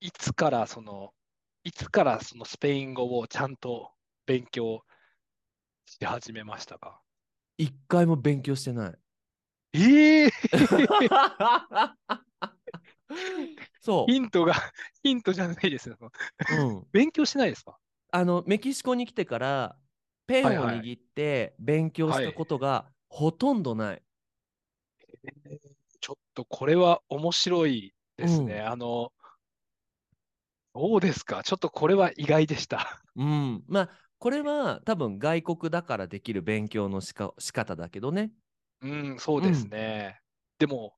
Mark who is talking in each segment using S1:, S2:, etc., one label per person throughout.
S1: いつからその、いつからそのスペイン語をちゃんと勉強し始めましたか
S2: 一回も勉強してない。
S1: ええ
S2: そ
S1: ヒントが、 ヒントじゃないですよ。
S2: う。うん。
S1: 勉強しないですか
S2: あの、メキシコに来てから、ペン
S1: はい
S2: を
S1: はい
S2: 握って勉強したことがほとんどない。
S1: ちょっとこれは面白いですね。
S2: うん
S1: あの、どうですかちょっとこれは意外でした。
S2: うん。まあ、これは多分外国だからできる勉強のしか仕方だけどね。
S1: うん、そうですね。でも、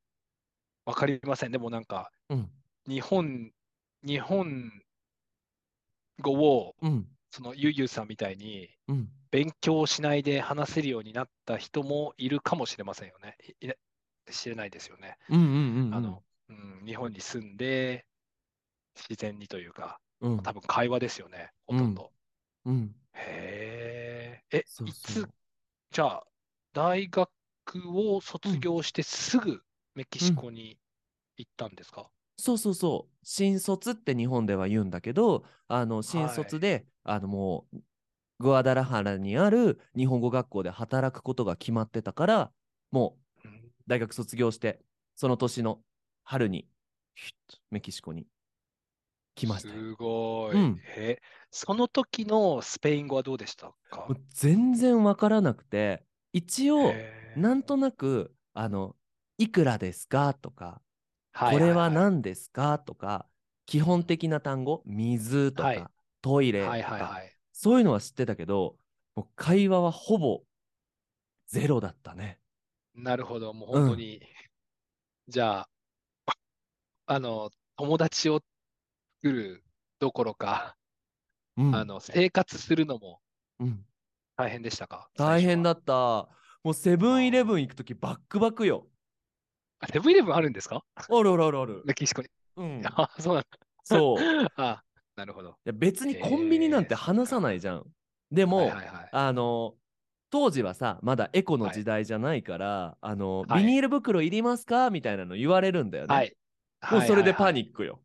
S1: わかりません。でもなんか、
S2: うん。
S1: 日本、日本語を、
S2: うん。
S1: そのゆうゆうさんみたいに
S2: うん。
S1: 勉強しないで話せるようになった人もいるかもしれませんよね。いいな知れないですよね。
S2: うんうんうんうん。
S1: あの、うん、日本に住んで、自然にというか、
S2: うん、
S1: 多分会話ですよね、ほとんど。
S2: うん。
S1: へえ。え、
S2: そう
S1: い
S2: そう
S1: つ、じゃあ、大学を卒業してすぐメキシコに行ったんですか
S2: そうそうそう。新卒って日本では言うんだけど、あの、新卒で、あのもう、グアダラハラにある日本語学校で働くことが決まってたから、もう
S1: うん
S2: 大学卒業して、その年の春に、ヒュッとメキシコに来ましたよ。も
S1: すご
S2: う
S1: い
S2: ん。
S1: え、その時のスペイン語はどうでしたか
S2: う全然わからなくて、一応、
S1: へえ
S2: なんとなく、あの、いくらですかとか、
S1: はい
S2: これは
S1: はい
S2: 何ですかとか、基本的な単語、水と
S1: はい
S2: か、トイレと
S1: はいはいはい
S2: か
S1: は、い。
S2: そういうのは知ってたけど、もう会話はほぼゼロだったね。
S1: なるほど、もう
S2: うん
S1: 本当に。じゃあ、あの、友達を作るどころか、
S2: うん。
S1: あの、生活するのも
S2: うん
S1: 大変でしたか
S2: 大変だ
S1: っ
S2: った。もうセブンイレブン行くときバックバックよ。
S1: た。あセブンイレブンあるんですか
S2: あるあるあるある。
S1: メキシコに。
S2: うん。
S1: あ、そうなん
S2: そ う。い
S1: だ。あ、なるほど。
S2: や別にコンビニなんて話さないじゃん。で
S1: はい
S2: も、
S1: はいはい。
S2: あの、当時はさ、まだエコの
S1: はい
S2: 時代じゃないから、あの、
S1: はい
S2: ビニール袋いりますかみたいなの言われるんだよね。
S1: はい。
S2: もうそれ
S1: は
S2: で
S1: いは
S2: パ
S1: いはい
S2: ニックよ。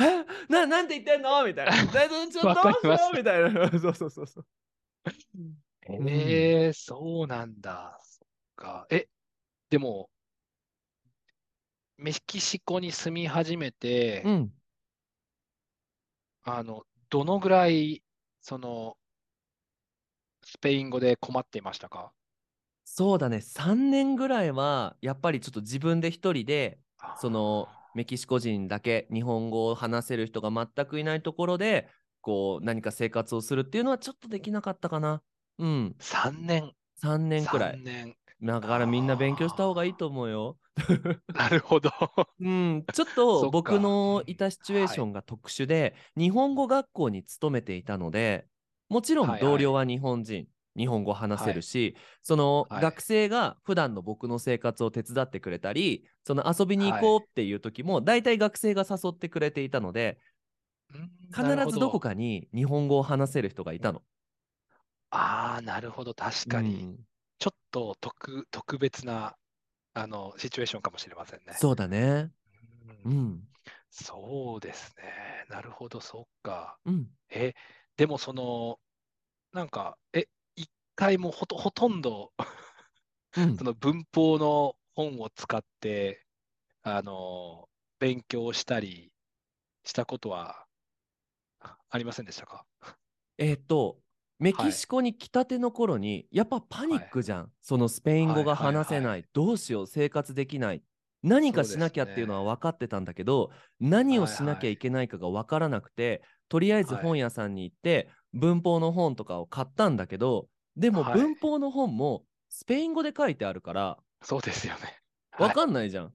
S2: えななんて言ってんのみた いな。大丈夫ちょっ
S1: わ
S2: と
S1: か
S2: ど
S1: り
S2: うしよ
S1: ます
S2: うみたいな。そうそうそうそう。うん
S1: えー、そうなんだ。そっか。え、でも、メキシコに住み始めて、
S2: うん。
S1: あの、どのぐらい、その、スペイン語で困っていましたか
S2: そうだね。3年ぐらいは、やっぱりちょっと自分で一人で、そのメキシコ人だけ日本語を話せる人が全くいないところで、こう何か生活をするっていうのはちょっとできなかったかな。うん。
S1: 3年、
S2: 3年くら
S1: 3
S2: い。
S1: 年。
S2: だからみんな勉強した方がいいと思うよ。
S1: なるほど。
S2: うん、ちょっ
S1: そ
S2: と
S1: っ
S2: 僕
S1: か
S2: の
S1: うん
S2: いたシチュエーションが特殊で、日本語学校に勤めていたので、もちろ
S1: はいは
S2: ん
S1: い
S2: 同僚は日本人、日本語話せるし、その
S1: はい
S2: 学生が普段の僕の生活を手伝ってくれたり、その遊びに行こうっていう時も、大体学生が誘ってくれていたので、
S1: うん
S2: 必
S1: なるほ
S2: ずどこ
S1: ど。
S2: かに日本語を話せる人がいたの。
S1: ああ、なるほど。確か
S2: う
S1: に。
S2: ん
S1: ちょっと特、特別な、あの、シチュエーションかもしれませんね。
S2: そうだね。
S1: う
S2: うんん。
S1: そうですね。なるほど、そっか。
S2: うん。
S1: え、でもその、なんか、え、一回もほと、ほとんど、
S2: うん
S1: その文法の本を使って、あの、勉強したりしたことはあありませんでしたか
S2: えっ、と、メキシコに来たての頃に、やっぱパニックじゃん。そのスペイン語が話せない、
S1: はいはい
S2: どうしよう、生活できない。何かしなきゃっていうのは分かってたんだけど、何をしなきゃいけないかが分からなくて、とりあえず
S1: はい
S2: 本屋さんに行って、文法の本とかを買ったんだけど、でも
S1: はい
S2: 文法の本もスペイン語で書いてあるから、
S1: そうですよね。はい
S2: 分かんないじゃん。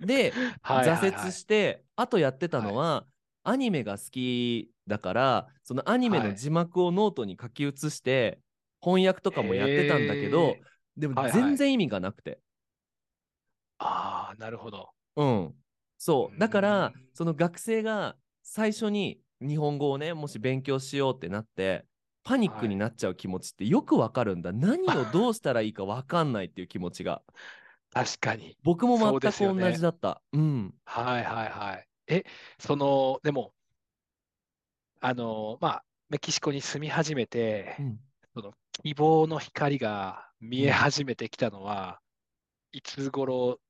S2: で、
S1: はいはい
S2: 挫
S1: は
S2: 折
S1: い
S2: して、あとやってたのは、アニメが好きだから、そのアニメ
S1: は
S2: の
S1: い
S2: 字幕をノートに書き写して、翻訳とかもやってたんだけ
S1: へ
S2: ど
S1: ー、
S2: でも
S1: はいはい
S2: 全然意味がなくて。
S1: ああ、なるほど。
S2: うん。そう。だか
S1: う
S2: ら
S1: ん、
S2: その学生が最初に日本語をね、もし勉強しようってなって、パニックになっちゃう気持ちってよくわかるんだ。何をどうしたらいいかわかんないっていう気持ちが。
S1: 確かに。
S2: 僕も
S1: そ
S2: 全
S1: うですよ
S2: く
S1: ね
S2: 同じだった。うん。
S1: はいはいはい。え、その、でも、あの、まあ、メキシコに住み始めて、
S2: うん
S1: 希望の光が見え始めてきたのは、いつ頃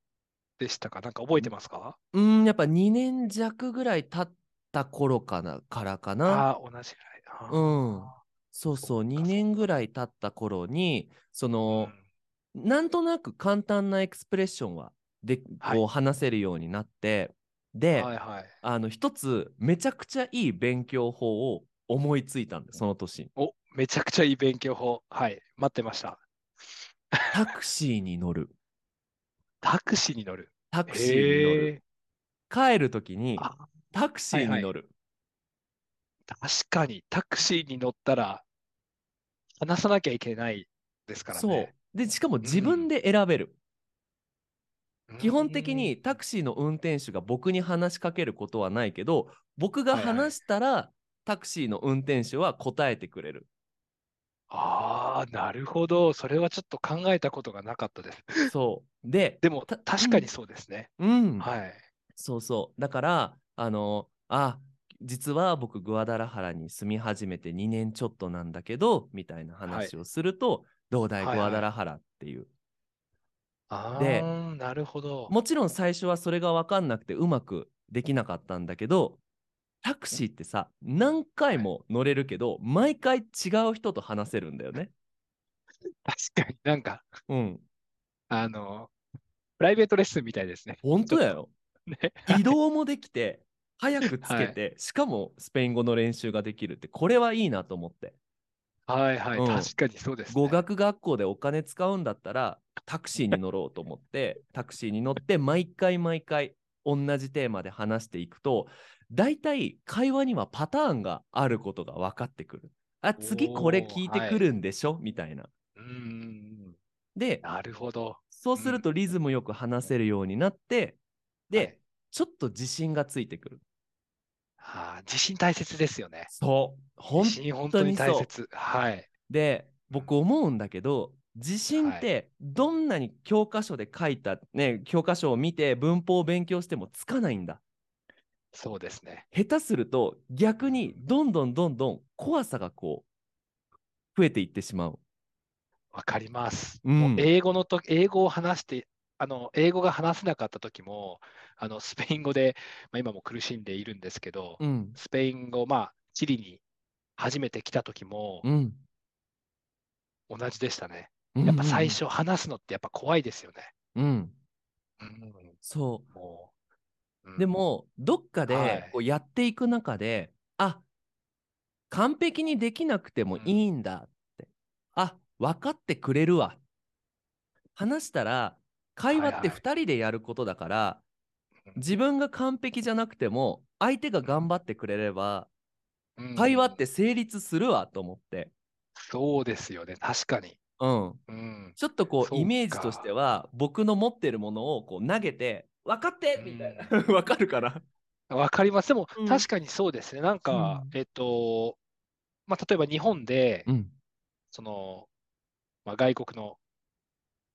S1: でしたかなんか覚えてますか
S2: うーん、やっぱ2年弱ぐらい経った頃かな、からかな。
S1: ああー、同じぐらい。あ
S2: う
S1: ー
S2: ん。そう
S1: そ
S2: そう、
S1: っか
S2: 2年ぐらい経った頃に、その、なんとなく簡単なエクスプレッションはで、
S1: はい
S2: こう話せるようになって、
S1: うん
S2: で、
S1: はいはい。
S2: あの、一つ、めちゃくちゃいい勉強法を思いついたんです、その年。
S1: お、めちゃくちゃいい勉強法。はい、待ってました。
S2: タクシーに乗る。
S1: タクシーに乗る。
S2: タクシーに乗
S1: へ
S2: る。
S1: ー
S2: 帰る時に、
S1: あ、
S2: タクシーに乗る。
S1: 確かにタクシーに乗ったら話さなきゃいけないですから
S2: そう
S1: ね。。
S2: で、しかも自分で選べる。基本的
S1: う
S2: に
S1: ん
S2: タクシーの運転手が僕に話しかけることはないけど僕が
S1: はいはい
S2: 話したら、タクシーの運転手は答えてくれ る
S1: ああ、なるほど。それはちょっと考えたことがなかったです。
S2: そうで
S1: でも
S2: た
S1: 確かにそうですね。
S2: うん、
S1: はい。
S2: そうそうだからあのあ実は僕グアダラハラに住み始めて2年ちょっとなんだけどみたいな話をすると、どうだいグ
S1: はいはい
S2: アダラハラっていう、
S1: あ
S2: で
S1: あ、なるほど。
S2: もちろん最初はそれが分かんなくてうまくできなかったんだけどタクシーってさ何回も乗れるけど毎回違う人と話せるんだよね。
S1: 確かになんか、
S2: うん、
S1: あの、プライベートレッスンみたいですね。
S2: 本当だよ。
S1: ね。
S2: 移動もできて早くつけて、しかもスペイン語の練習ができるってこれはいいなと思って。
S1: はいはい。
S2: うん
S1: 確かにそうです
S2: 語
S1: ね。
S2: 学学校でお金使うんだったらタクシーに乗ろうと思ってタクシーに乗って毎回毎回同じテーマで話していくと大体会話にはパターンがあることが分かってくる。あ次これ聞いてくるんでしょ、みたいな。
S1: うんうんうん。
S2: で
S1: なるほど。
S2: そうするとリズムよく話せるようになって、で、
S1: はい
S2: ちょっと自信がついてくる。
S1: ああ、自信大切ですよね。
S2: そう本
S1: 自信本当に
S2: 本当に
S1: 大
S2: そう
S1: 切。はい。
S2: で僕思うんだけど自信ってどんなに教科書で書いた、ね、教科書を見て文法を勉強してもつかないんだ
S1: そうですね。
S2: 下手すると逆にどんどんどんどん怖さがこう増えていってしまう、
S1: わかります。
S2: うん
S1: もう英語のと英語を話して、あの英語が話せなかった時も、あのスペイン語で、まあ、今も苦しんでいるんですけど、
S2: うん
S1: スペイン語、まあ、チリに初めて来た時も
S2: うん、
S1: 同じでしたね。やっぱ最初話すのってやっぱ怖いですよね。
S2: うん、う
S1: う
S2: ん、
S1: ん、
S2: そ
S1: もう、うん
S2: うで、もどっか
S1: は
S2: で
S1: い
S2: こうやっていく中で、あ完璧にできなくてもいいんだって、あ分かってくれるわ話したら会話っ
S1: はい
S2: て
S1: はい
S2: 2人でやることだから、
S1: うん
S2: 自分が完璧じゃなくても相手が頑張ってくれれば
S1: うん
S2: 会話って成立するわと思って、
S1: そうですよね。確かに。
S2: うん、
S1: うん、
S2: ちょっとこ
S1: そううか
S2: イメージとしては僕の持ってるものをこう投げて「分かって!」みたいな 分かるかな
S1: わかります。でも、
S2: うん
S1: 確かにそうですね。なんか、
S2: う
S1: えっと、まあ、例えば日本で、
S2: うん
S1: その、まあ、外国の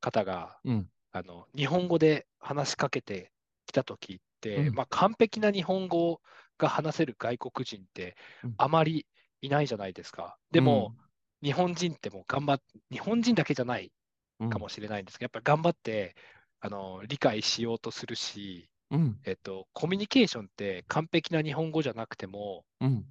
S1: 方が
S2: うん
S1: あの日本語で話しかけてきた時って、
S2: うん
S1: まあ、完璧な日本語が話せる外国人って
S2: うん
S1: あまりいないじゃないですか。でも、日本人ってもう頑張っ日本人だけじゃない
S2: うん
S1: かもしれないんですけど、やっぱり頑張ってあの理解しようとするし、
S2: うん
S1: えっと、コミュニケーションって完璧な日本語じゃなくても
S2: うん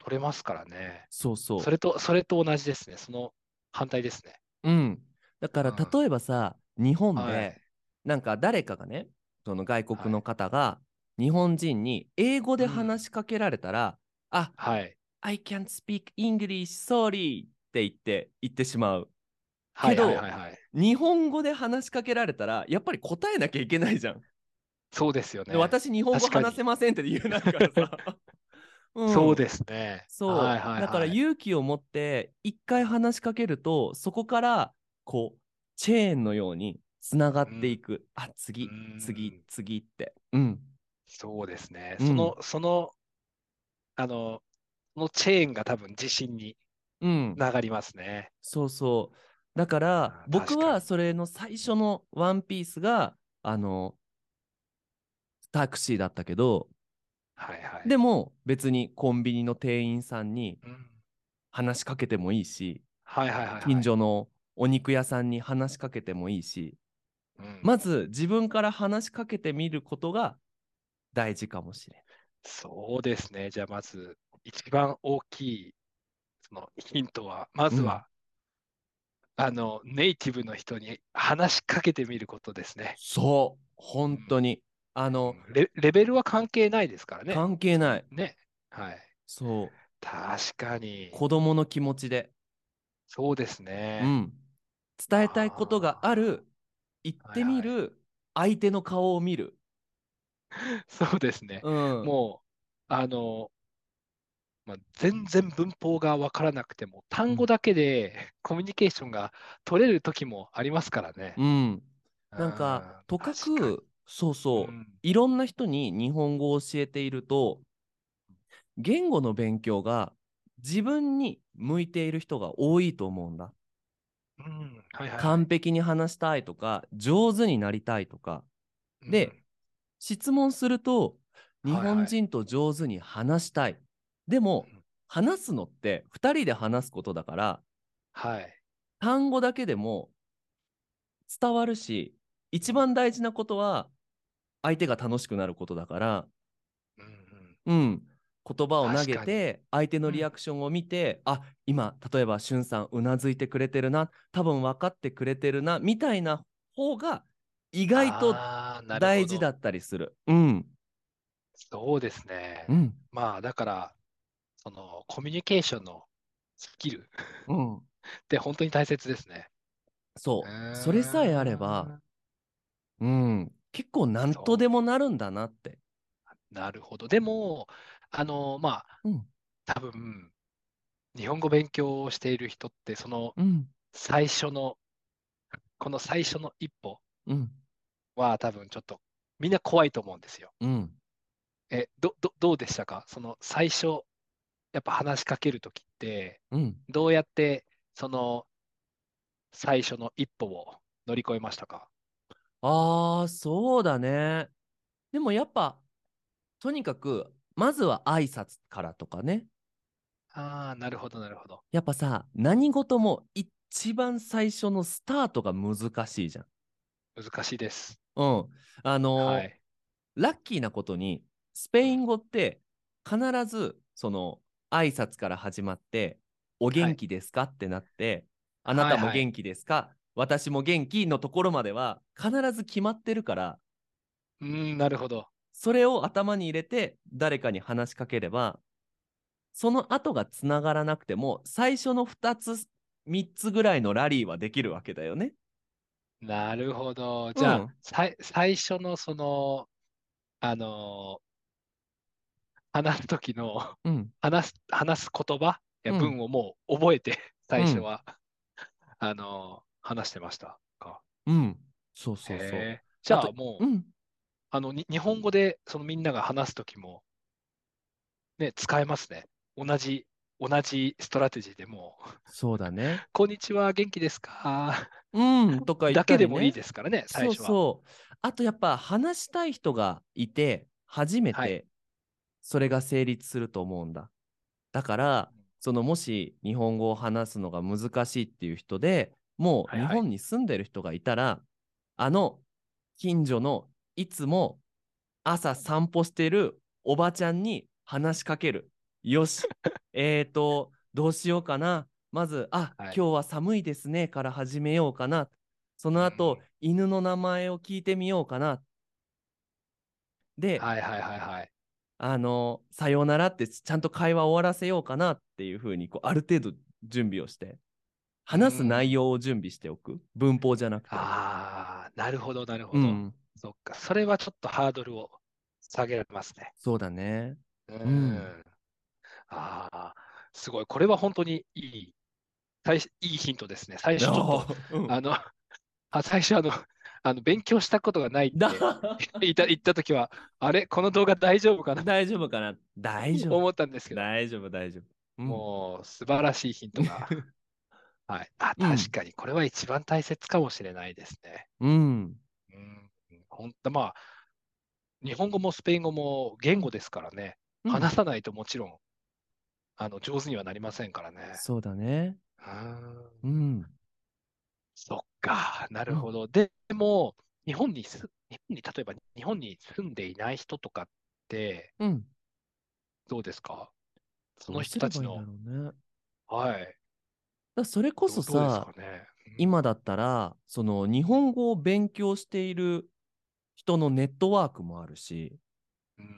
S1: 取れますからね。
S2: そうそう
S1: それと、それと同じですね。その反対ですね。
S2: うん、だから
S1: うん
S2: 例えばさ、日本で、
S1: はい
S2: なんか誰かがねその外国の方が日本人に英語で
S1: うん
S2: 話しかけられたら「あ
S1: はい。
S2: I can't speak English sorry」って言って言ってしまう
S1: はい
S2: けど
S1: はいはいはい。
S2: 日本語で話しかけられたらやっぱり答えなきゃいけないじゃん、
S1: そうですよね
S2: で。私日本語
S1: 確かに
S2: 話せませんって言えないから さ、うん
S1: そうですね。
S2: そう、
S1: はいはいはい、
S2: だから勇気を持って一回話しかけるとそこからこうチェーンのようにつながっていく、あ次
S1: うん
S2: 次次ってうん
S1: そうですね。
S2: うん
S1: その、その、あの、そのチェーンが多分自信に
S2: うん
S1: つながりますね。
S2: そうそうだから
S1: あー
S2: 僕
S1: 確か
S2: は
S1: に
S2: それの最初のワンピースがあのタクシーだったけど
S1: はいはい。
S2: でも別にコンビニの店員さんに
S1: うん
S2: 話しかけてもいいし、
S1: はいはいはいはい。
S2: 近所のお肉屋さんに話しかけてもいいし、
S1: うん
S2: まず自分から話しかけてみることが大事かもしれない。
S1: そうですね。じゃあ、まず、一番大きい、そのヒントは、まずは、あの、ネイティブの人に話しかけてみることですね。
S2: そう、本当に。あの、
S1: レ、レベルは関係ないですからね。
S2: 関係ない。
S1: ね。はい。
S2: そう、
S1: 確かに。
S2: 子供の気持ちで、
S1: そうです
S2: う
S1: ね。
S2: ん、伝えたいことがある、言ってみる、相手の顔を見る。
S1: そうですね。
S2: うん、
S1: もう、あの、まあ、全然文法が分からなくても、単語だけでコミュニケーションが取れる時もありますからね。
S2: うん、なんか、
S1: う
S2: と
S1: ん
S2: か
S1: 確かに
S2: く、そうそうう、
S1: ん
S2: いろんな人に日本語を教えていると、言語の勉強が自分に向いている人が多いと思うんだ。
S1: うんはいはいは
S2: 完璧に話したいとか、上手になりたいとか。
S1: い。
S2: で質問すると、
S1: はい
S2: 日
S1: はい
S2: 本人と上手に話したい。でも
S1: うん、
S2: 話すのって2人で話すことだから、
S1: はい。
S2: 単語だけでも伝わるし、一番大事なことは、相手が楽しくなることだから、
S1: うんうん
S2: うん、言葉を投げ
S1: 確か
S2: て相手の
S1: うん
S2: リアクションを見て、あ今例えばしゅんさんうなずいてくれてるな多分分かってくれてるなみたいな方が意外と
S1: あーなるほど
S2: 大事だったりする。うん、
S1: そうですね
S2: う。ん、
S1: まあ、だから、そのコミュニケーションのスキル っ
S2: うん、
S1: て本当に大切ですね。
S2: そうそれさえあれ
S1: うー
S2: ば、
S1: ん。
S2: うん、結構なんとでもなるんだなって。
S1: なるほど。でも、あの、まあ、
S2: うん、
S1: 多分、日本語勉強をしている人って、その
S2: うん、
S1: 最初の、この最初の一歩
S2: うん、
S1: は多分ちょっとみんな怖いと思うんですよ。
S2: うん。
S1: え、ど、ど、どうでしたかその最初、やっぱ話しかけるときって、
S2: うん、
S1: どうやってその最初の一歩を乗り越えましたか
S2: ああそうだね。でもやっぱとにかくまずは挨拶からとかね。
S1: ああ、なるほど、なるほど。
S2: やっぱさ何事も一番最初のスタートが難しいじゃん。
S1: 難しいです。
S2: うん。あのー
S1: はい。
S2: ラッキーなことにスペイン語って必ずその挨拶から始まって「お元気ですか?」ってなって「あなたも元気ですか私も元気」のところまでは必ず決まってるから
S1: うーん、なるほど。
S2: それを頭に入れて誰かに話しかければその後がつながらなくても最初の2つ3つぐらいのラリーはできるわけだよね。
S1: なるほど。じゃあ、
S2: うん
S1: さい最初のその、あのー話す時の、
S2: うん、
S1: 話す、話す言葉や
S2: うん
S1: 文をもう覚えて、最
S2: う
S1: 初
S2: ん
S1: は、あのー話してましたか。
S2: うん、そうそうそう。
S1: へえ。じゃ
S2: あ
S1: あ
S2: と
S1: もう
S2: う、ん、
S1: あの、に日本語でそのみんなが話すときも、ね、使えますね。同じ、同じストラテジーでもう、
S2: そうだね。
S1: こんにちは、元気ですか
S2: うん、とか言
S1: だ
S2: ったり、ね、
S1: けでもいいですからね、最初
S2: そう
S1: は。
S2: そう。あとやっぱ話したい人がいて、初め
S1: は
S2: てそれが成立すると思うんだ。だから、そのもし日本語を話すのが難しいっていう人でも
S1: は
S2: う
S1: い
S2: 日
S1: はい
S2: 本に住んでる人がいたら、あの近所のいつも朝散歩してるおばちゃんに話しかける。よし、えーと、どうしようかな。まず、あ、
S1: はい
S2: 今日は寒いですねから始めようかな。その後、犬の名前を聞いてみようかな。で、
S1: はいはいはいはい。
S2: あの、さようならってちゃんと会話を終わらせようかなっていうふうに、こう、ある程度準備をして、話す内容を準備しておく。文法じゃなくて。
S1: ああ、なるほど、なるほ
S2: う
S1: ど。
S2: ん、
S1: そっか。それはちょっとハードルを下げられますね。
S2: そうだね。
S1: うん
S2: ん
S1: ああ、すごい。これは本当にいい、最初いいヒントですね。最初ちょっと、
S2: うん
S1: あの、あ、最初あの、あの、勉強したことがないって
S2: だ
S1: 言った、言ったときは、あれ、この動画大丈夫かなと
S2: 大丈夫かな大丈夫。
S1: 思ったんですけど、
S2: 大丈夫、大丈夫。うん
S1: もう素晴らしいヒント が。はい。あ、
S2: うん
S1: 確かに、これは一番大切かもしれないですね。
S2: うん。
S1: うん。本当まあ、日本語もスペイン語も言語ですからね、
S2: うん
S1: 話さないともちろんあの上手にはなりませんからね。
S2: そうだね。
S1: うん
S2: うん。
S1: そっか、なるほど。ででも、日本にす、日本に、例えば日本に住んでいない人とかって、
S2: うん。
S1: どうですかそ
S2: ど
S1: の
S2: う
S1: 人
S2: す
S1: た
S2: れ
S1: ち
S2: ばいいんだ
S1: の、
S2: ろうね。だか
S1: はい、
S2: らそれこそ
S1: どうです
S2: さ
S1: か、ね。うん
S2: 今だったら、その日本語を勉強している人のネットワークもあるし、
S1: うん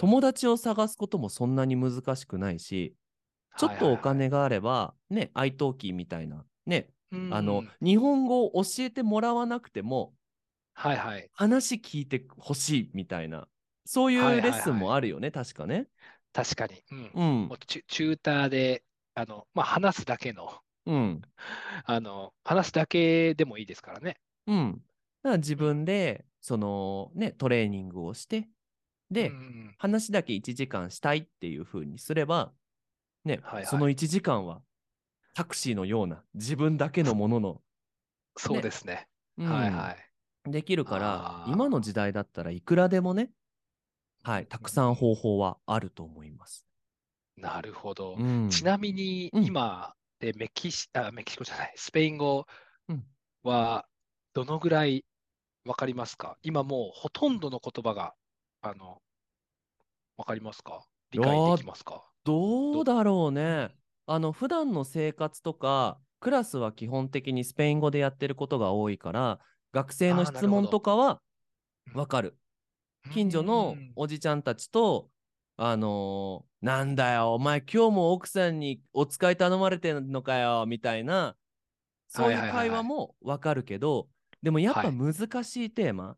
S2: 友達を探すこともそんなに難しくないし、ちょっとお金があれば、ね、愛登記みたいな、ね、あの、日本語を教えてもらわなくても、
S1: はいはいはい。
S2: 話聞いてほしいみたいな、そうい
S1: はいは
S2: う
S1: いは
S2: レ
S1: い
S2: ッスンもあるよね、確かね。
S1: 確かに。うん。
S2: うん
S1: もう。チュチューターで、あの、まあ、話すだけの、
S2: うん。
S1: あの、話すだけでもいいですからね。
S2: うん。だから自分で、そのね、トレーニングをして、で、
S1: うん
S2: 話だけ1時間したいっていう風にすれば、ね、
S1: はいはい
S2: その1時間は、タクシーのような自分だけのものの、
S1: そうですね。はいはい。
S2: うんできるから
S1: あ、ー
S2: 今の時代だったらいくらでもね、はい、たくさん方法はあると思います。
S1: なるほど。
S2: うん
S1: ちなみに
S2: うん
S1: 今でメキシ、あ、メキシコじゃない、スペイン語
S2: うん
S1: はどのぐらいわかりますか今もうほとんどの言葉が、あの、わかりますか理解できますか
S2: どうだろうね。あの、普段の生活とか、クラスは基本的にスペイン語でやってることが多いから、学生
S1: あ
S2: の
S1: ーな
S2: 質
S1: るほ
S2: 問
S1: ど
S2: とかはわかる。近所の
S1: うん
S2: おじちゃんたちと、あのーなんだよ、お前今日も奥さんにお使い頼まれてんのかよ、みたいな、そうい
S1: はいうはいはい
S2: 会話もわかるけど、でもやっ
S1: は
S2: ぱ
S1: い
S2: 難しいテーマ、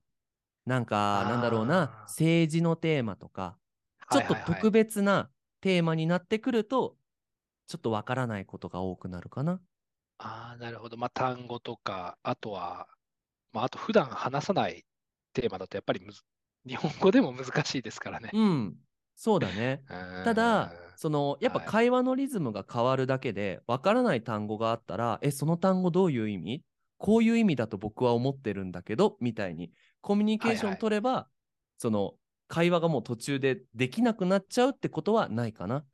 S2: なんか
S1: あ、ー
S2: なんだろうな、政治のテーマとか、ちょっと
S1: はいはいはい
S2: 特別なテーマになってくると、ちょっとわからないことが多くなるかな。
S1: ああ、なるほど。まあ、単語とか、あとは、まあ、あと普段話さないテーマだとやっぱりむず日本語でも難しいですからね。
S2: うん、そうだ ね。ただ
S1: うん、
S2: そのやっぱ
S1: はい
S2: 会話のリズムが変わるだけで、わからない単語があったら、え、その単語どういう意味こういう意味だと僕は思ってるんだけど、みたいに、コミュニケーシ
S1: はい
S2: ョ
S1: は
S2: ン
S1: い
S2: 取れば、その会話がもう途中でできなくなっちゃうってことはないかな。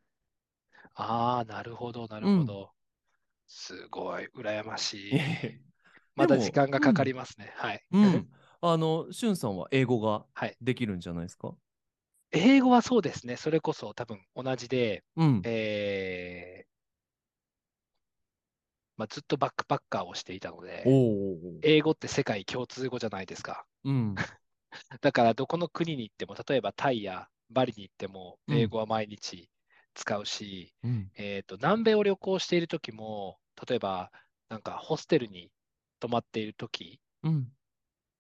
S1: ああ、なるほど、なる
S2: うん
S1: ほど。すごい、羨まし
S2: い
S1: い
S2: やいや。
S1: まだ
S2: でも
S1: 時間がかかりますね。はい。
S2: うん。あの、しゅんさんは英語が
S1: はい
S2: できるんじゃないですか、
S1: 英語はそうですね。それこそ多分同じで、
S2: うん。
S1: えーまあ、ずっとバックパッカーをしていたの
S2: お
S1: で、
S2: おうおうおう。
S1: 英語って世界共通語じゃないですか。
S2: うん。
S1: だからどこの国に行っても、例えばタイやバリに行っても、
S2: うん
S1: 英語は毎日使うし、
S2: うん。
S1: えーと、南米を旅行している時も、例えばなんかホステルに泊まっている時
S2: うん。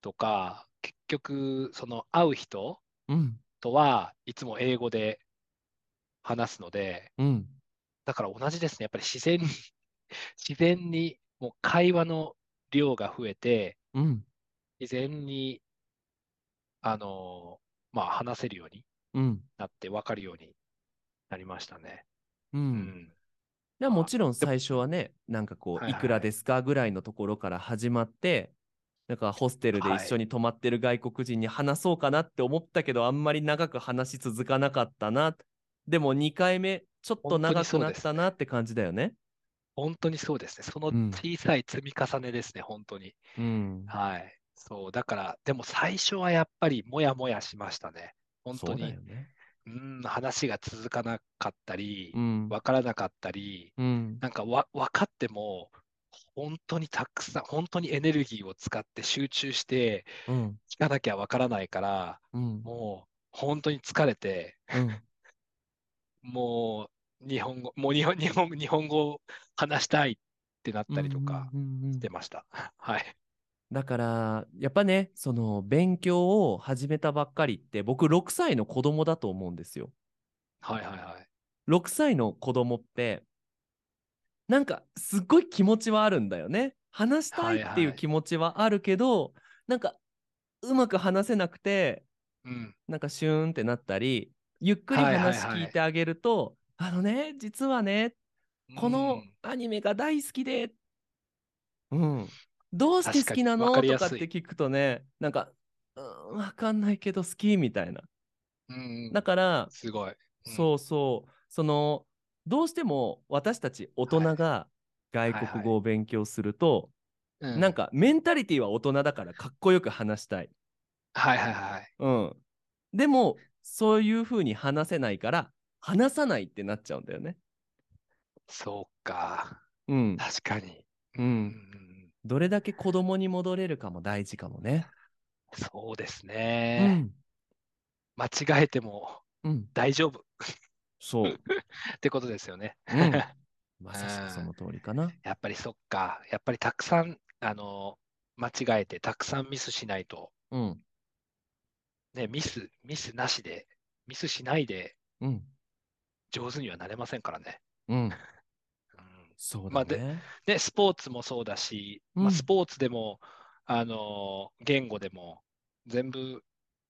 S1: とか、結局、その会う人
S2: うん。
S1: とはいつも英語で話すので、
S2: うん。
S1: だから同じですね、やっぱり自然に 自然にもう会話の量が増えて、
S2: うん。
S1: 自然にあのまあ、話せるように
S2: うん。
S1: なって分かるようになりましたね。
S2: う。
S1: うんん、
S2: でもちろん最初はね、なんか
S1: は
S2: こ、
S1: いうはい
S2: い
S1: はい
S2: くらですかぐらいのところから始まって、なんかホステルで
S1: はい
S2: 一緒に泊まってる外国人に話そうかなって思ったけど、あんまり長く話し続かなかったな。でも2回目、ちょっと長くなったなって感じだよね。
S1: 本当にそうですね、その
S2: うん
S1: 小さい積み重ねですね、本当に。
S2: うん。
S1: はい。そう、だから、でも最初はやっぱりもやもやしましたね。本当
S2: そうだ
S1: に
S2: よ、ね。
S1: うん、話が続かなかったり
S2: う、ん。
S1: わからなかったり、
S2: うん。
S1: なんかわ分かっても、本当にたくさん、本当にエネルギーを使って集中して
S2: うん。
S1: 聞かなきゃわからないから、
S2: うん。
S1: もう本当に疲れて、
S2: うん。
S1: もう日本語、もう日本日本日本語を話したいってなったりとか
S2: うんうんうんうん
S1: してました。はい。
S2: だから、やっぱね、その勉強を始めたばっかりって、僕6歳の子供だと思うんですよ。
S1: はいはいはい。
S2: 6歳の子供ってなんかすっごい気持ちはあるんだよね。話したいっ
S1: は
S2: て
S1: い
S2: い
S1: は
S2: う
S1: い
S2: 気持ちはあるけど、なんかうまく話せなくて
S1: うん。
S2: なんかシューンってなったりゆっくり
S1: はいはいはい
S2: 話聞いてあげると、あのね実はねこ
S1: う
S2: の
S1: ん
S2: アニメが大好きで、うん、どうして好きなの
S1: 確かにわかりやす
S2: とか
S1: い
S2: って聞くとねなんか、うん、わかんないけど好きみたいな。
S1: うん
S2: だから、
S1: すごい。うん
S2: そうそう、その、どうしても私たち大人が外国語を勉強すると、
S1: うん
S2: なんかメンタリティは大人だからかっこよく話したい。
S1: はいはいはい。
S2: うん。でも、そういうふうに話せないから、話さないってなっちゃうんだよね。
S1: そうか。
S2: うん。
S1: 確かに。
S2: うん
S1: ん。
S2: どれだけ子供に戻れるかも大事かもね。
S1: そうです
S2: う
S1: ね。
S2: ん。
S1: 間違えても
S2: うん。
S1: 大丈夫
S2: そう。
S1: ってことですよね。
S2: うん、まさしくその通りかな。
S1: やっぱりそっか。やっぱりたくさん、あの、間違えてたくさんミスしないと、
S2: うん。
S1: ね、ミス、ミスなしで、ミスしないで
S2: うん。
S1: 上手にはなれませんからね。
S2: うん。
S1: うん
S2: そう
S1: まあ
S2: だね。
S1: で、スポーツもそうだし、ま
S2: う
S1: あ、
S2: ん
S1: スポーツでも、あのー言語でも、全部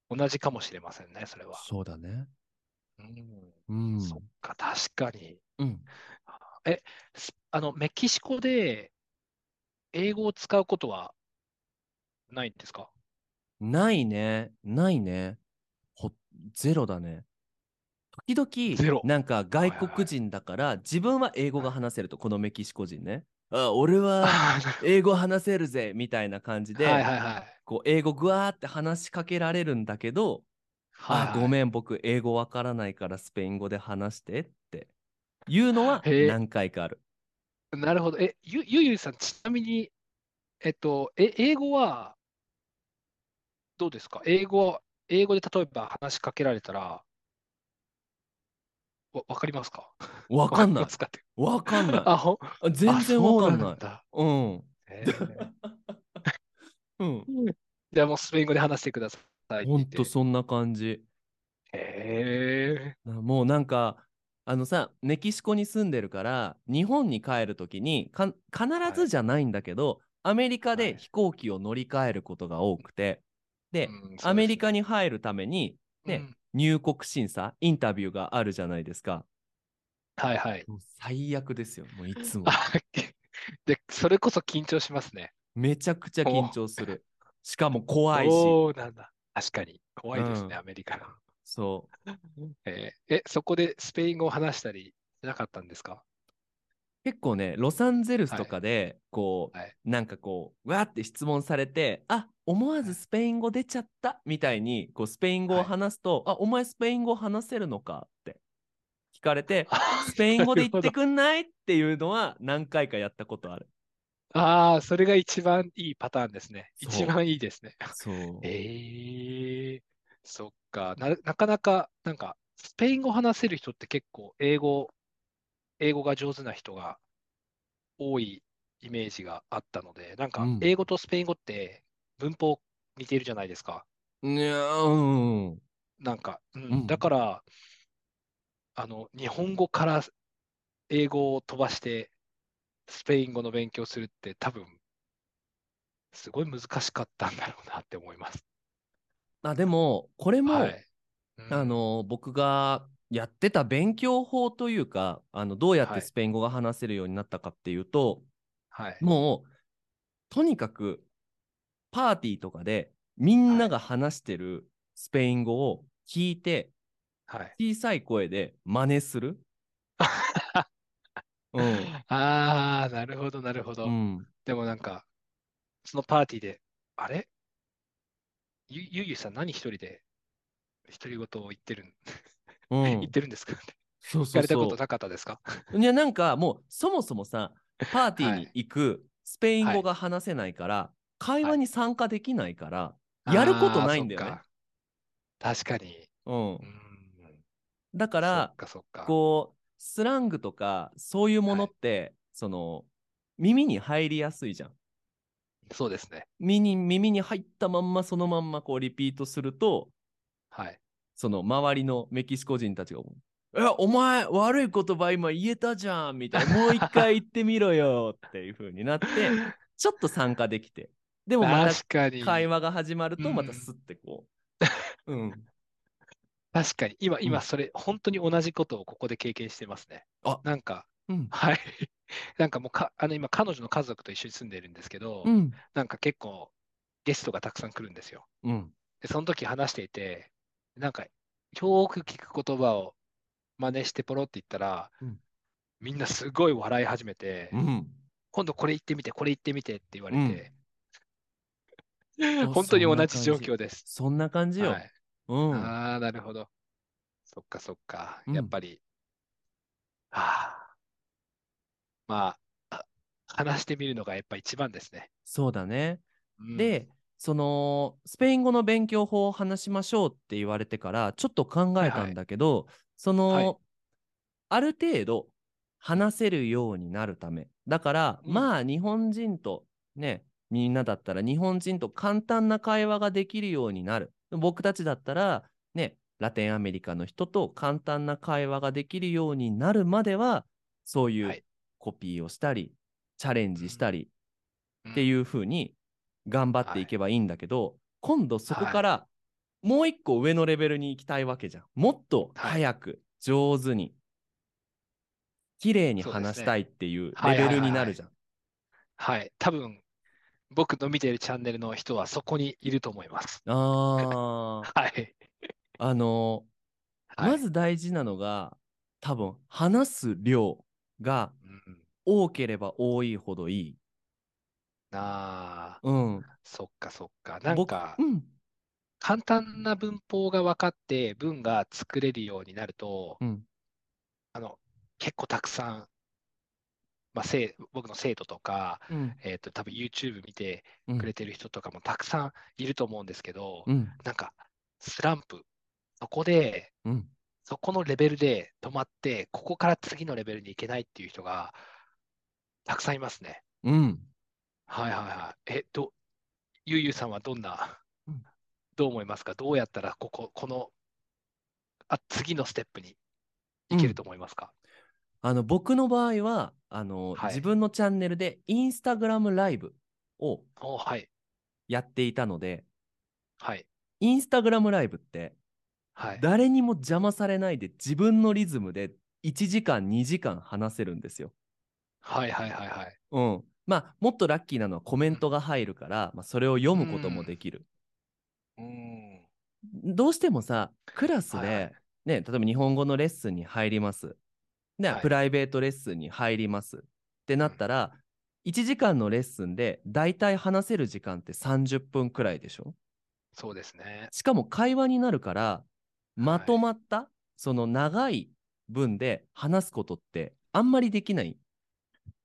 S1: 同じかもしれませんね、それは。
S2: そうだね。
S1: うん、
S2: うん。
S1: そっか、確かに。
S2: うん。
S1: すあの、メキシコで英語を使うことはないんですか
S2: ないね。ないね。ほゼロだね。時
S1: ゼロ
S2: 々、なんか外
S1: はいはいは
S2: 国
S1: い
S2: 人だから、自分は英語が話せると、このメキシコ人ね。 あ、俺は
S1: あ
S2: 英語話せるぜみたいな感じ
S1: ーはいは
S2: で、
S1: いはい。
S2: こう英語ぐわーって話しかけられるんだけど、
S1: はい
S2: あ
S1: はい
S2: ごめん、僕、英語わからないからスペイン語で話してっていうのは
S1: へえ
S2: 何回かある。
S1: なるほど。え、ゆ、ゆうゆうさん、ちなみに、えっと、え、英語は、どうですか英語は、英語で例えば話しかけられたら、わ、わかりますか
S2: わかんない
S1: わ。ますかって
S2: わかんない。
S1: あ、ほん、
S2: あ全
S1: あ、
S2: 然
S1: そう
S2: わかん
S1: な
S2: なんい。
S1: だ。
S2: うん。
S1: えー
S2: うん。
S1: じゃあもうスペイン語で話してくださいって
S2: ほ
S1: 言っ
S2: んと
S1: て。
S2: そんな感じ。
S1: へ
S2: なもうなんかあのさメキシコに住んでるから日本に帰る時にか必ずじゃないんだけど、アメリカ
S1: は
S2: で
S1: い
S2: 飛行機を乗り換えることが多くて
S1: ー
S2: で、
S1: うん、そう
S2: アメ
S1: です
S2: リカ
S1: ね。
S2: に入るためにね
S1: うん
S2: 入国審査インタビューがあるじゃないですか
S1: はいはい。
S2: もう最悪ですよもういつも
S1: あ、 で、それこそ緊張しますね。
S2: めちゃくちゃ緊張するしかも怖いし
S1: そうなんだ。確かに。怖いですね、
S2: うん
S1: アメリカの。
S2: そう
S1: えーえ、そこでスペイン語を話したりしなかったんですか
S2: 結構ねロサンゼルスとかで、こう、
S1: はい
S2: なんかこうわーって質問されてあ思わずスペイン語出ちゃったみたいにこうスペイン語を話すと、あお前スペイン語話せるのかって聞かれてスペイン語で言ってくんないっていうのは何回かやったことある。
S1: ああー、それが一番いいパターンですね。
S2: そう
S1: 一番いいですね。
S2: そう
S1: えー、そっかな。なかなか、なんか、スペイン語話せる人って結構、英語、英語が上手な人が多いイメージがあったので、なんか
S2: うん、
S1: 英語とスペイン語って文法似てるじゃないですか。
S2: いやーうん
S1: なんか、うん
S2: ん
S1: だから、あの、日本語から英語を飛ばして、スペイン語の勉強するって多分、すごい難しかったんだろうなって思います。
S2: あでもこれも、
S1: はい。うん
S2: あ、の僕がやってた勉強法というかあのどうやっ
S1: は
S2: て
S1: い
S2: スペイン語が話せるようになったかっていうと、
S1: はい。
S2: もう、とにかく、パーティーとかで、みんなが話してるスペイン語を聞いて、
S1: はい。
S2: 小さい声で真似する。 うん。
S1: ああ、なるほど、なるほ
S2: う
S1: ど。
S2: ん。
S1: でもなんか、そのパーティーで、あれゆ、ゆうゆうさん何一人で独り言を言ってるん、
S2: う
S1: 言っ
S2: ん。
S1: てるんですかって
S2: そう
S1: 聞
S2: そ
S1: か
S2: う
S1: れたこ
S2: そ
S1: となかったですか
S2: う。いや、なんかもう、そもそもさ、パーティーに行く、スペイン語が話せないから、会話に参加できないから、 やることないんだよ
S1: あーそっ。
S2: ね
S1: か確かに。
S2: うん
S1: う。ん。
S2: だから
S1: そっ、かそっか。
S2: こうスラングとかそういうものって、その耳に入りやすいじゃん
S1: そうですね。
S2: 耳に耳に入ったまんまそのまんまこうリピートすると
S1: はい。
S2: その周りのメキシコ人たちが「えお前悪い言葉今言えたじゃん」みたいな「もう一回言ってみろよ」っていう風に なってちょっと参加できてでもま
S1: 確かに。
S2: た会話が始まる
S1: う
S2: と
S1: ん
S2: またスッてこう、うん、
S1: 確かに。今、
S2: う
S1: 今、
S2: ん
S1: それ、本当に同じことをここで経験してますね。
S2: あ
S1: なんか、
S2: うん
S1: はい。 なんかもうか、あの、今、彼女の家族と一緒に住んでるんですけど、
S2: うん
S1: なんか結構、ゲストがたくさん来るんですよ。
S2: うん
S1: で、その時話していて、なんか、よーく聞く言葉を真似してポロって言ったら、
S2: うん
S1: みんなすごい笑い始めて、
S2: うん。
S1: 今度これ言ってみて、これ言ってみてって言われて、
S2: うん
S1: 本当に
S2: そ
S1: 同
S2: んな
S1: じ
S2: 感
S1: 状
S2: じ
S1: 況です。
S2: そんな感じよ。
S1: はい、
S2: うん。
S1: ああ、なるほど。そっかそっか。
S2: うん
S1: やっぱり。はあ。まあ、あ話してみるのがやっぱ一番ですね。
S2: そうだね。
S1: うん、
S2: で、そのスペイン語の勉強法を話しましょうって言われてからちょっと考えたんだけど、その、
S1: はい
S2: ある程度話せるようになるためだから、
S1: うん
S2: まあ日本人とねみんなだったら日本人と簡単な会話ができるようになる僕たちだったらねラテンアメリカの人と簡単な会話ができるようになるまではそうい
S1: は
S2: う
S1: い
S2: コピーをしたりチャレンジしたり
S1: うん
S2: っていう風に頑張っていけばいいんだけど、今度そこからもう一個上のレベルに行きたいわけじゃん。もっと早く上手に綺麗に
S1: そうですね
S2: 話したいっていう
S1: は
S2: レ
S1: いはい
S2: ベ
S1: はい
S2: ルになるじゃん。
S1: はい。多分、僕の見ているチャンネルの人はそこにいると思います。
S2: あー
S1: はい。
S2: あのー
S1: はい
S2: ま、ず大事なのが多分話す量が
S1: うん、
S2: 多ければ多いほどいい。
S1: ああ、
S2: うん。
S1: そっかそっか。なん
S2: 僕
S1: か、
S2: うん。
S1: 簡単な文法が分かって文が作れるようになると、
S2: うん。
S1: あの、結構たくさん、まあ、せい僕の生徒とか、
S2: うん。
S1: えっと、多分 YouTube 見て
S2: うん
S1: くれてる人とかもたくさんいると思うんですけど、
S2: うん。
S1: なんか、スランプ、そこで、
S2: うん。
S1: そこのレベルで止まって、ここから次のレベルに行けないっていう人がたくさんいますね。
S2: うん。
S1: はいはいはい。え、ど、ゆうゆうさんはどんな
S2: うん、
S1: どう思いますかどうやったらここ、この、あ、次のステップに行けると思いますか
S2: あの僕の場合はあの、
S1: はい
S2: 自分のチャンネルでインスタグラムライブを
S1: お、はい、
S2: やっていたので
S1: はい、
S2: インスタグラムライブって
S1: はい。
S2: 誰にも邪魔されないで自分のリズムで1時間2時間話せるんですよ。
S1: はいはいはいはい。
S2: うん、まあもっとラッキーなのはコメントが入るから、まあ、それを読むこともできる。
S1: うん。
S2: どうしてもさクラスで、
S1: はいはい
S2: ね、例えば日本語のレッスンに入ります、ね
S1: はい
S2: プライベートレッスンに入りますってなったら、1時間のレッスンでだいたい話せる時間って30分くらいでしょ
S1: そうですね。
S2: しかも会話になるからまとまった、その長い文で話すことってあんまりできない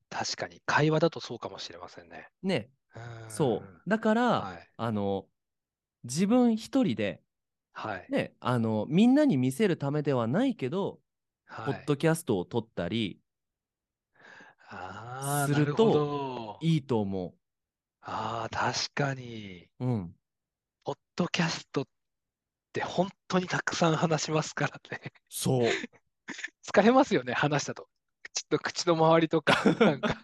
S1: 確かに、会話だとそうかもしれませんね。
S2: ね
S1: うーん
S2: そうだから、
S1: はい、
S2: あの自分一人で
S1: はい、
S2: ねあのみんなに見せるためではないけど
S1: は
S2: ポッ
S1: い。
S2: ドキャストを撮ったり
S1: ああ、
S2: す
S1: な
S2: る
S1: る
S2: と
S1: ほど。
S2: いいと思
S1: ああ、確かに。
S2: う。うん、
S1: ポッドキャストって本当にたくさん話しますからね。
S2: そう。
S1: 疲れますよね、話したと。ちょっと口の周りと か、なんか、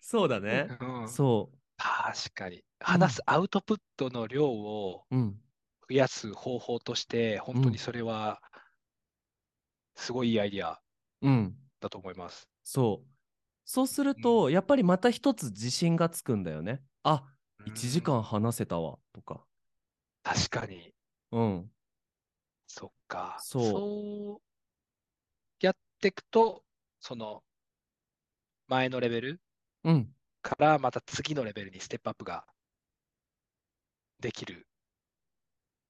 S2: そうだね。
S1: うん、
S2: そ
S1: 確かに。話すアウトプットの量を
S2: う。うん。
S1: 増やす方法として、本当にそれは、すごいいいアイディア
S2: うん。
S1: だと思います。
S2: そう。そうすると、やっぱりまた一つ自信がつくんだよね。あ、1時
S1: うん
S2: 間話せたわ、とか。
S1: 確かに。
S2: うん。
S1: そっか。
S2: そう
S1: やっていくと、その、前のレベル
S2: うん。
S1: からまた次のレベルにステップアップができるっ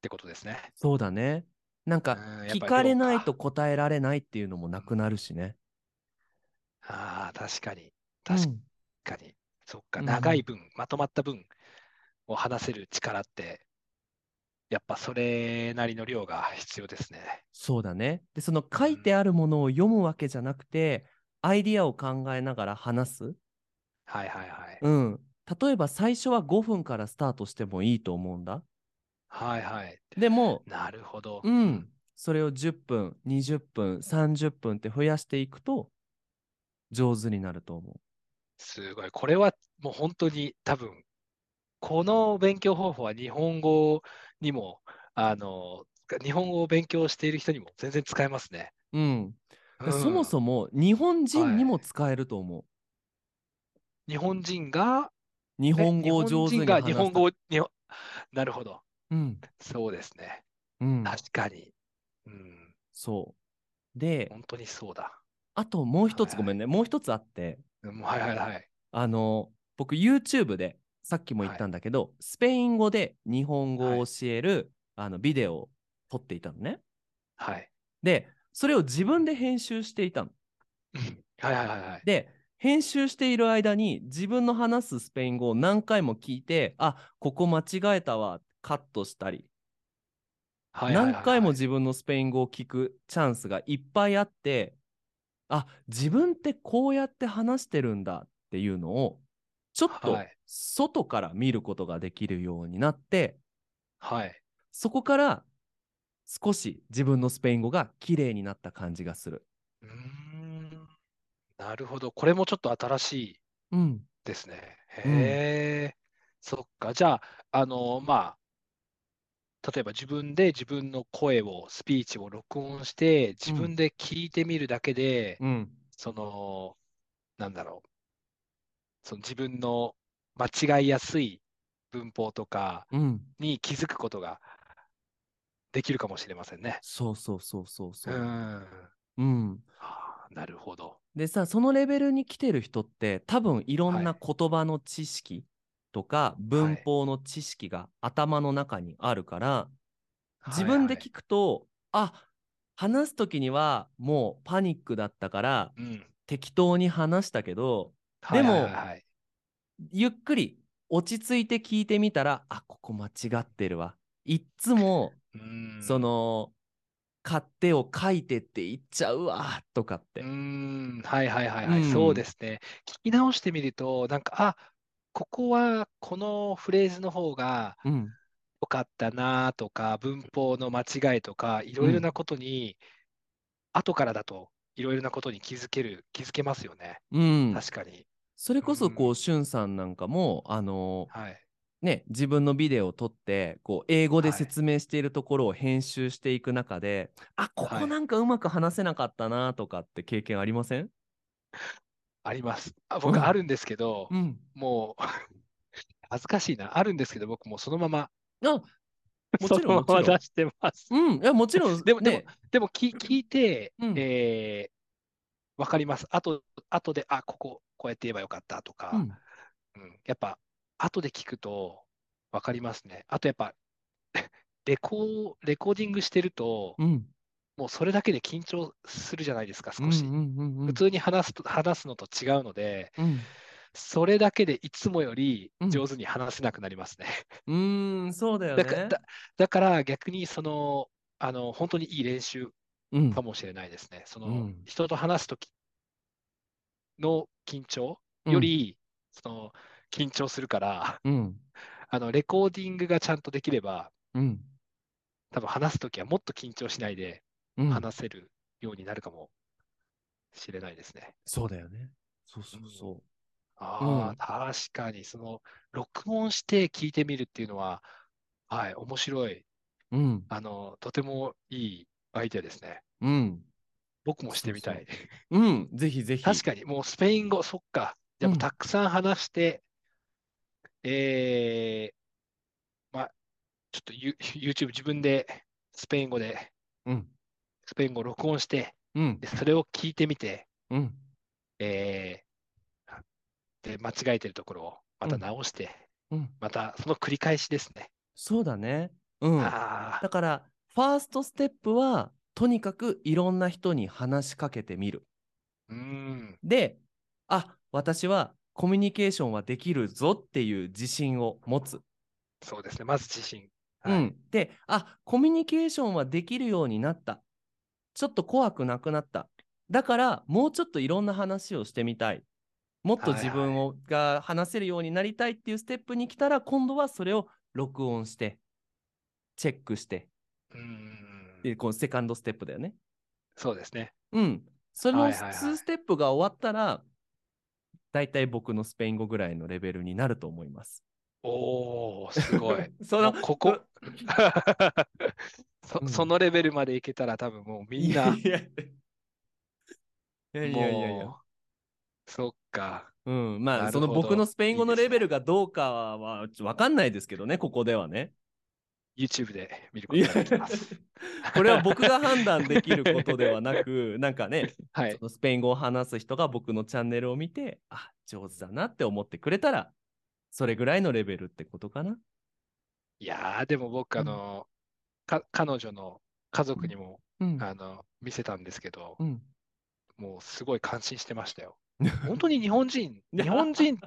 S1: てことですね。
S2: そうだね。なん
S1: う
S2: か、
S1: ん、やっ
S2: 聞
S1: ぱり
S2: かれ
S1: 量
S2: ないと。答えられないっていうのもなくなるしね。
S1: ああ、確かに。
S2: う
S1: 確
S2: ん
S1: かに。そっか。
S2: うん
S1: 長い分、まとまった分を話せる力って、やっぱそれなりの量が必要ですね。
S2: そうだね。で、その書いてあるものを読むわけじゃなくて、アイディアを考えながら話す。
S1: はいはいはい。
S2: うん。例えば最初は5分からスタートしてもいいと思うんだ。
S1: はいはい。
S2: でも、
S1: なるほど。
S2: うん。それを10分、20分、30分って増やしていくと、上手になると思
S1: すごい。これはもう本当に多分、この勉強方法は日本語にも、あの、日本語を勉強している人にも全然使えますね。
S2: う。うん。
S1: うん
S2: そもそも日本人にも使えると思う。
S1: 日本人が、
S2: 日本語を
S1: え
S2: 上手に
S1: 日本人
S2: 話
S1: が
S2: す。
S1: 日本語を、日本なるほど。
S2: うん。
S1: そうですね。
S2: うん、
S1: 確かに。うん、
S2: そう。で、
S1: 本当にそうだ。
S2: あともう一
S1: は
S2: つ、
S1: い
S2: ごめんね、もう一つあって、
S1: うんはいはいはい。
S2: あの、僕 YouTube で、さっきも言ったんだけど、スペイン語で日本語を教える、あのビデオを撮っていたのね。
S1: はい。
S2: で、それを自分で編集していたの。
S1: うんはいはいはいはい。
S2: で、編集している間に自分の話すスペイン語を何回も聞いて、あ、ここ間違えたわ、カットしたり、
S1: はいはいはいはい
S2: 何回も自分のスペイン語を聞くチャンスがいっぱいあって、あ、自分ってこうやって話してるんだっていうのを、ちょっと
S1: はい
S2: 外から見ることができるようになって、
S1: はい。
S2: そこから少し自分のスペイン語が綺麗になった感じがする。
S1: うーん。なるほど。これもちょっと新しい
S2: うん。
S1: ですね。
S2: うん
S1: へえ。そっか。じゃあ、あの、まあ、例えば自分で自分の声を、スピーチを録音して、自分で聞いてみるだけで、
S2: うん。
S1: その、なんだろう。その自分の間違いやすい文法とか
S2: うん。
S1: に気づくことができるかもしれませんね。
S2: そうそうそうそうそうう。
S1: ん。
S2: うん。
S1: あーなるほど。
S2: でさそのレベルに来てる人って多分いろん
S1: は
S2: ない言葉の知識とか文法の知識が頭の中にあるから、自分で
S1: はい
S2: 聞くと、あ話す時にはもうパニックだったから
S1: はいうん。
S2: 適当に話したけど
S1: はい
S2: でも
S1: はいはいはい
S2: ゆっくり落ち着いて聞いてみたらあここ間違ってるわいっつも
S1: うん。
S2: その「買って」を書いてって言っちゃうわとかっ
S1: う
S2: て
S1: ー。ん、はいはいはいはい、そう
S2: うん
S1: ですね。聞き直してみると、なんか、あ、ここはこのフレーズの方が
S2: うん
S1: 良かったなとか、文法の間違いとか、いろいろなことに、後からだといろいろなことに気づける、気づけますよね。
S2: うん、
S1: 確かに。
S2: それこそこ
S1: う
S2: う、しゅんさんなんかも、あの
S1: はい。
S2: ね、自分のビデオを撮って、こう、英語で
S1: はい
S2: 説明しているところを編集していく中で、あ、こ
S1: は
S2: こ
S1: い
S2: なんかうまく話せなかったなとかって経験ありません
S1: あります。あ、
S2: う
S1: 僕
S2: ん
S1: あるんですけど、
S2: うん。
S1: もう 恥ずかしいな。あるんですけど、僕もうそのまま、
S2: あ、も
S1: そ
S2: ちろ
S1: の
S2: ん、もち
S1: まま
S2: ろん
S1: 出。してます。
S2: うん、いや、もちろん、
S1: でもでも
S2: ね、
S1: でも聞、聞いて、
S2: うん
S1: えー、わかります。あと、あとで、あ、ここ、こうやって言えばよかったと
S2: う
S1: か、
S2: ん、
S1: うん、やっぱ、後で聞くと、わかりますね。あと、やっぱ、 レコー、レコーディングしてると、
S2: うん、
S1: もうそれだけで緊張するじゃないですか、
S2: うん、
S1: 少し。
S2: うん、うん、うん
S1: 普通に話すと、話すのと違うので、
S2: うん
S1: それだけでいつもより
S2: うん
S1: 上手に話せなくなりますね。
S2: うーん、そうだよ
S1: だか、
S2: ね。
S1: だ、だから逆に、その、あの、本当にいい練習
S2: うん
S1: か、もしれないですね。そうの
S2: ん
S1: 人と話すときの緊張
S2: うん
S1: よ、り、その緊張するから、
S2: うん、
S1: あのレコーディングがちゃんとできれば、
S2: うん、
S1: 多分話すときはもっと緊張しないで
S2: うん、
S1: 話せるようになるかもしれないですね。
S2: そうだよね。そうそうそう。
S1: ああ、確かに、その録音して聞いてみるっていうのは、はい、面白い、
S2: うん、
S1: あの、とてもいいアイデアですね。
S2: うん、
S1: 僕もしてみたい。
S2: うん、ぜひぜひ。
S1: 確かに、もうスペイン語、そっか。じゃあもううんたくさん話して、えー、まあ、ちょっとユ YouTube 自分でスペイン語で、
S2: うん、
S1: スペイン語を録音して、
S2: うん
S1: で、それを聞いてみて、
S2: うん、
S1: えー、で、間違えてるところをまた直して、
S2: うん、
S1: またその繰り返しですね。
S2: そうだね。うん。だ
S1: ああ、
S2: から、ファーストステップは、とにかくいろんな人に話しかけてみる。
S1: うーん、
S2: で、あ、私はコミュニケーションはできるぞっていう自信を持つ。
S1: そうですね。まず自信。
S2: う
S1: はい
S2: ん。で、あ、コミュニケーションはできるようになった。ちょっと怖くなくなった。だから、もうちょっといろんな話をしてみたい。もっと自分を、が話せるようになりたいっていうステップに来たら、今度はそれを録音して、チェックして、
S1: うーん、
S2: でこのセカンドステップだよね。
S1: そうですね。
S2: うん。そ
S1: は
S2: の
S1: いはいはい
S2: 2ステップが終わったら、大体僕のスペイン語ぐらいのレベルになると思います。
S1: おー、すごい。
S2: その
S1: もうここそ、
S2: うん
S1: そのレベルまでいけたら多分もうみんな、
S2: いやいやいやいやいや
S1: もう、そっか。
S2: うん、ま
S1: な
S2: あ、
S1: る
S2: その
S1: ほど
S2: 僕のスペイン語の
S1: いいです
S2: レ
S1: ね
S2: ベルがどうかは、わかんないですけどね、ここではね。
S1: YouTube で見ることができます。
S2: これは僕が判断できることではな く、なんかね、
S1: はい
S2: そ。のスペイン語を話す人が僕のチャンネルを見て、あ、上手だなって思ってくれたら、それぐらいのレベルってことかな。
S1: いやー、でも僕、あの、か、彼女の家族にも、
S2: うん
S1: あの、見せたんですけど、
S2: うん、
S1: もうすごい感心してました よ。本当に日本人、
S2: ね
S1: 日本人、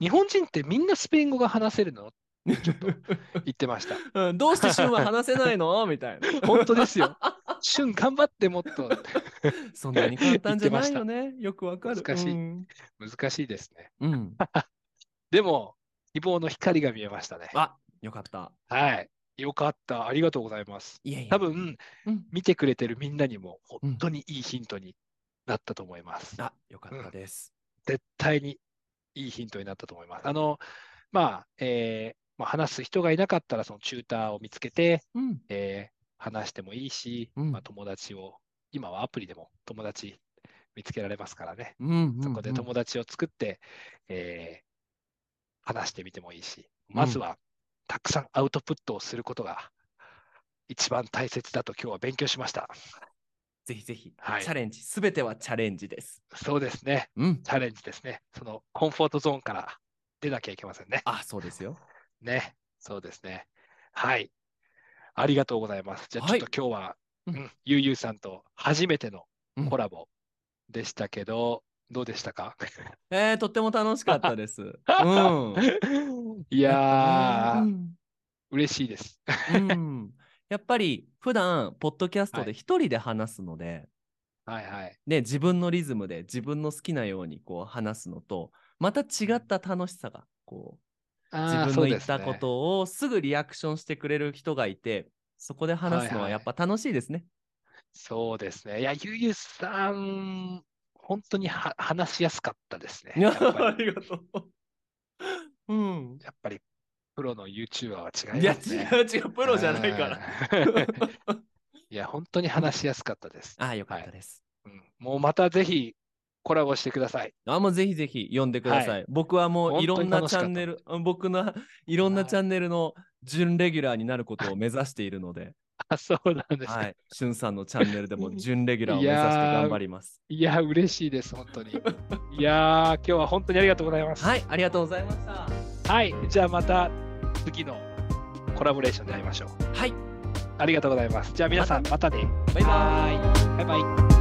S1: 日本人ってみんなスペイン語が話せるのちょ っと言ってました。
S2: うんどうして旬は話せな いのみたいな。
S1: 本当ですよ。旬頑張ってもっと
S2: そんなに簡単じゃないよね。よくわかる。
S1: 難しい
S2: うん
S1: 難しいですね。
S2: うん。
S1: でも、希望の光が見えましたね。
S2: あ、よかった。
S1: はい。よかった。ありがとうございます。
S2: いやいや。
S1: 多分、
S2: うん
S1: 見てくれてるみんなにも、本当にいいヒントになったと思います。
S2: あ、よかったです。
S1: 絶対にいいヒントになったと思います。あの、まあ、えーまあ、話す人がいなかったら、そのチューターを見つけて、
S2: うん。
S1: えー話してもいいし、
S2: うん
S1: まあ、友達を、今はアプリでも友達見つけられますからね。
S2: うんうんうん
S1: そこで友達を作って、えー話してみてもいいし、まずはたくさんアウトプットをすることが一番大切だと今日は勉強しました。
S2: ぜひぜひ、
S1: はい
S2: チャレンジ。すべてはチャレンジです。
S1: そうですね、
S2: うん。
S1: チャレンジですね。そのコンフォートゾーンから出なきゃいけませんね。
S2: あ、そうですよ。
S1: ね、そうですね。はい。ありがとうございます。じゃあちょ
S2: は
S1: っ
S2: い
S1: と今日は、
S2: うん
S1: うんゆうゆうさんと初めての
S2: うん
S1: コラボでしたけど、どうでしたか
S2: えー、とっても楽しかった です。うん。
S1: いやー、
S2: うん
S1: 嬉しいです。
S2: うん、やっぱり普段ポッドキャスト
S1: は
S2: で一人で話すので、
S1: はいはい。
S2: ね、自分のリズムで自分の好きなようにこう話すのとまた違った楽しさがこう自
S1: あー
S2: 分
S1: そ
S2: の
S1: う
S2: 言
S1: で
S2: っ
S1: す
S2: た
S1: ね
S2: ことをすぐリアクションしてくれる人がいてそこで話すの
S1: は
S2: はい
S1: は
S2: や
S1: い
S2: っぱ楽しいですね。
S1: そうですね。いや、ゆうゆうさん、本当には話しやすかったですね。
S2: いや
S1: やっぱ
S2: あ
S1: り、
S2: りがとう。 うん、
S1: やっぱりプロの YouTuber は違い
S2: いや
S1: ますね。
S2: 違う違うプロじゃないから。
S1: ら。 いや、本当に話しやすかったです。
S2: ああよかったです。
S1: うんもうまたぜひコラボしてください。
S2: あもうぜひぜひ読んでください。
S1: は
S2: 僕はもういろんな
S1: 本
S2: チ
S1: 当に楽しかっ
S2: ャ
S1: た
S2: ンネル、うん僕のいろんな
S1: はい
S2: チャンネルの準レギュラーになることを目指しているので、
S1: あ、 そうなんですか。
S2: はい、しゅんさんのチャンネルでも準レギュラーを
S1: い
S2: 目指
S1: や
S2: し
S1: ー
S2: て頑張ります。
S1: いや、嬉しいです、本当 に。いやー、今日は本当にありがとうございます。
S2: はい、ありがとうございました。
S1: はい、じゃあまた次のコラボレーションで会いましょう。
S2: はい、
S1: ありがとうございます。じゃあ皆さん、またね。
S2: バイバーイ。
S1: はーいバイバイ。